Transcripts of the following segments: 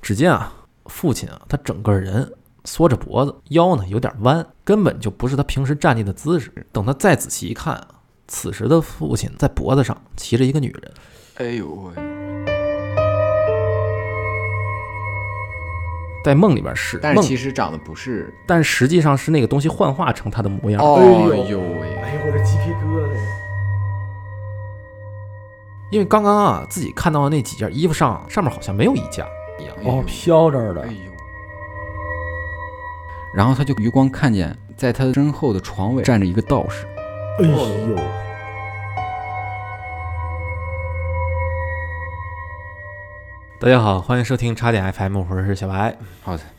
只见啊，父亲啊，他整个人缩着脖子，腰呢有点弯，根本就不是他平时站立的姿势。等他再仔细一看啊，此时的父亲在脖子上骑着一个女人。哎呦喂，在梦里边是但是梦，其实长得不是。但实际上是那个东西幻化成他的模样。哦哎呦喂，哎呦，我这鸡皮疙瘩呀！因为刚刚啊，自己看到的那几件衣服上上面好像没有衣架一样。哦，飘这儿的哎，呦。然后他就余光看见，在他身后的床尾站着一个道士，哎呦，大家好，欢迎收听叉点 FM，我是小白。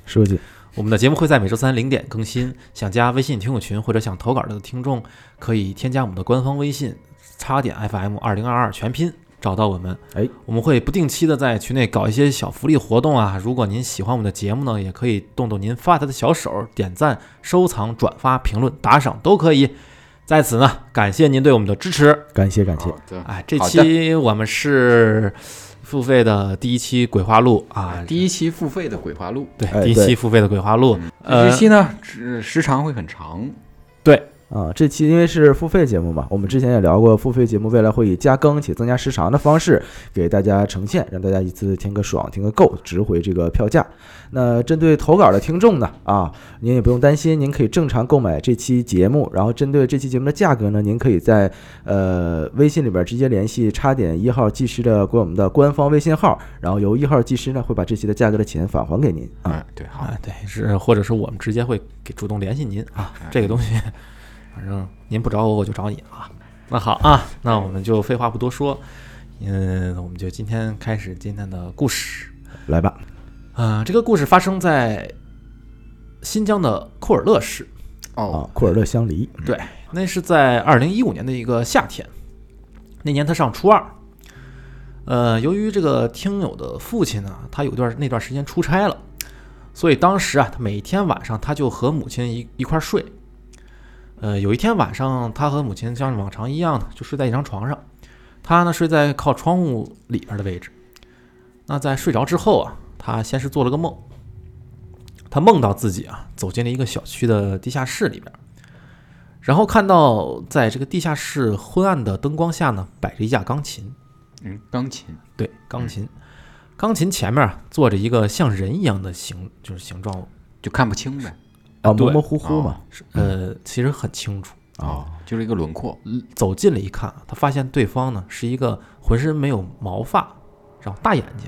设计我们的节目会在每周三零点更新。想加微信听友群或者想投稿的听众，可以添加我们的官方微信“叉点 FM 二零二二”全拼，找到我们。哎，我们会不定期的在群内搞一些小福利活动啊。如果您喜欢我们的节目呢，也可以动动您发达的小手，点赞、收藏、转发、评论、打赏都可以。在此呢，感谢您对我们的支持。感谢感谢好，的，哎，这好的期我们是付费的第一期鬼话录啊，第一期付费的鬼话录，对哎第一对嗯期付费的鬼话录，呃这期呢只时长会很长，啊！这期因为是付费节目嘛，我们之前也聊过，付费节目未来会以加更且增加时长的方式给大家呈现，让大家一次听个爽，听个够，值回这个票价。那针对投稿的听众呢，啊，您也不用担心，您可以正常购买这期节目。然后针对这期节目的价格呢，您可以在呃微信里边直接联系差点一号技师的我们的官方微信号，然后由一号技师呢会把这期的价格的钱返还给您啊。嗯，对，好，啊，对，是或者是我们直接会给主动联系您啊，这个东西，反正您不找我，我就找你啊。那好啊，那我们就废话不多说，嗯，我们就今天开始今天的故事。来吧，啊、这个故事发生在新疆的库尔勒市，啊哦，，库尔勒香梨，对，那是在二零一五年的一个夏天，那年他上初二。呃，由于这个听友的父亲呢，他有段那段时间出差了，所以当时啊，他每天晚上他就和母亲一一块儿睡。呃，有一天晚上，他和母亲像往常一样的就睡在一张床上，他呢睡在靠窗户里边的位置。那在睡着之后啊，他先是做了个梦，他梦到自己啊走进了一个小区的地下室里边。然后看到在这个地下室昏暗的灯光下呢，摆着一架钢琴，嗯，钢琴，对，钢琴，钢琴前面啊坐着一个像人一样的形，就是形状，就看不清呗，啊，对模模糊糊嘛，呃，其实很清楚。哦啊，就是一个轮廓，走近了一看啊，他发现对方呢是一个浑身没有毛发，然后大眼睛，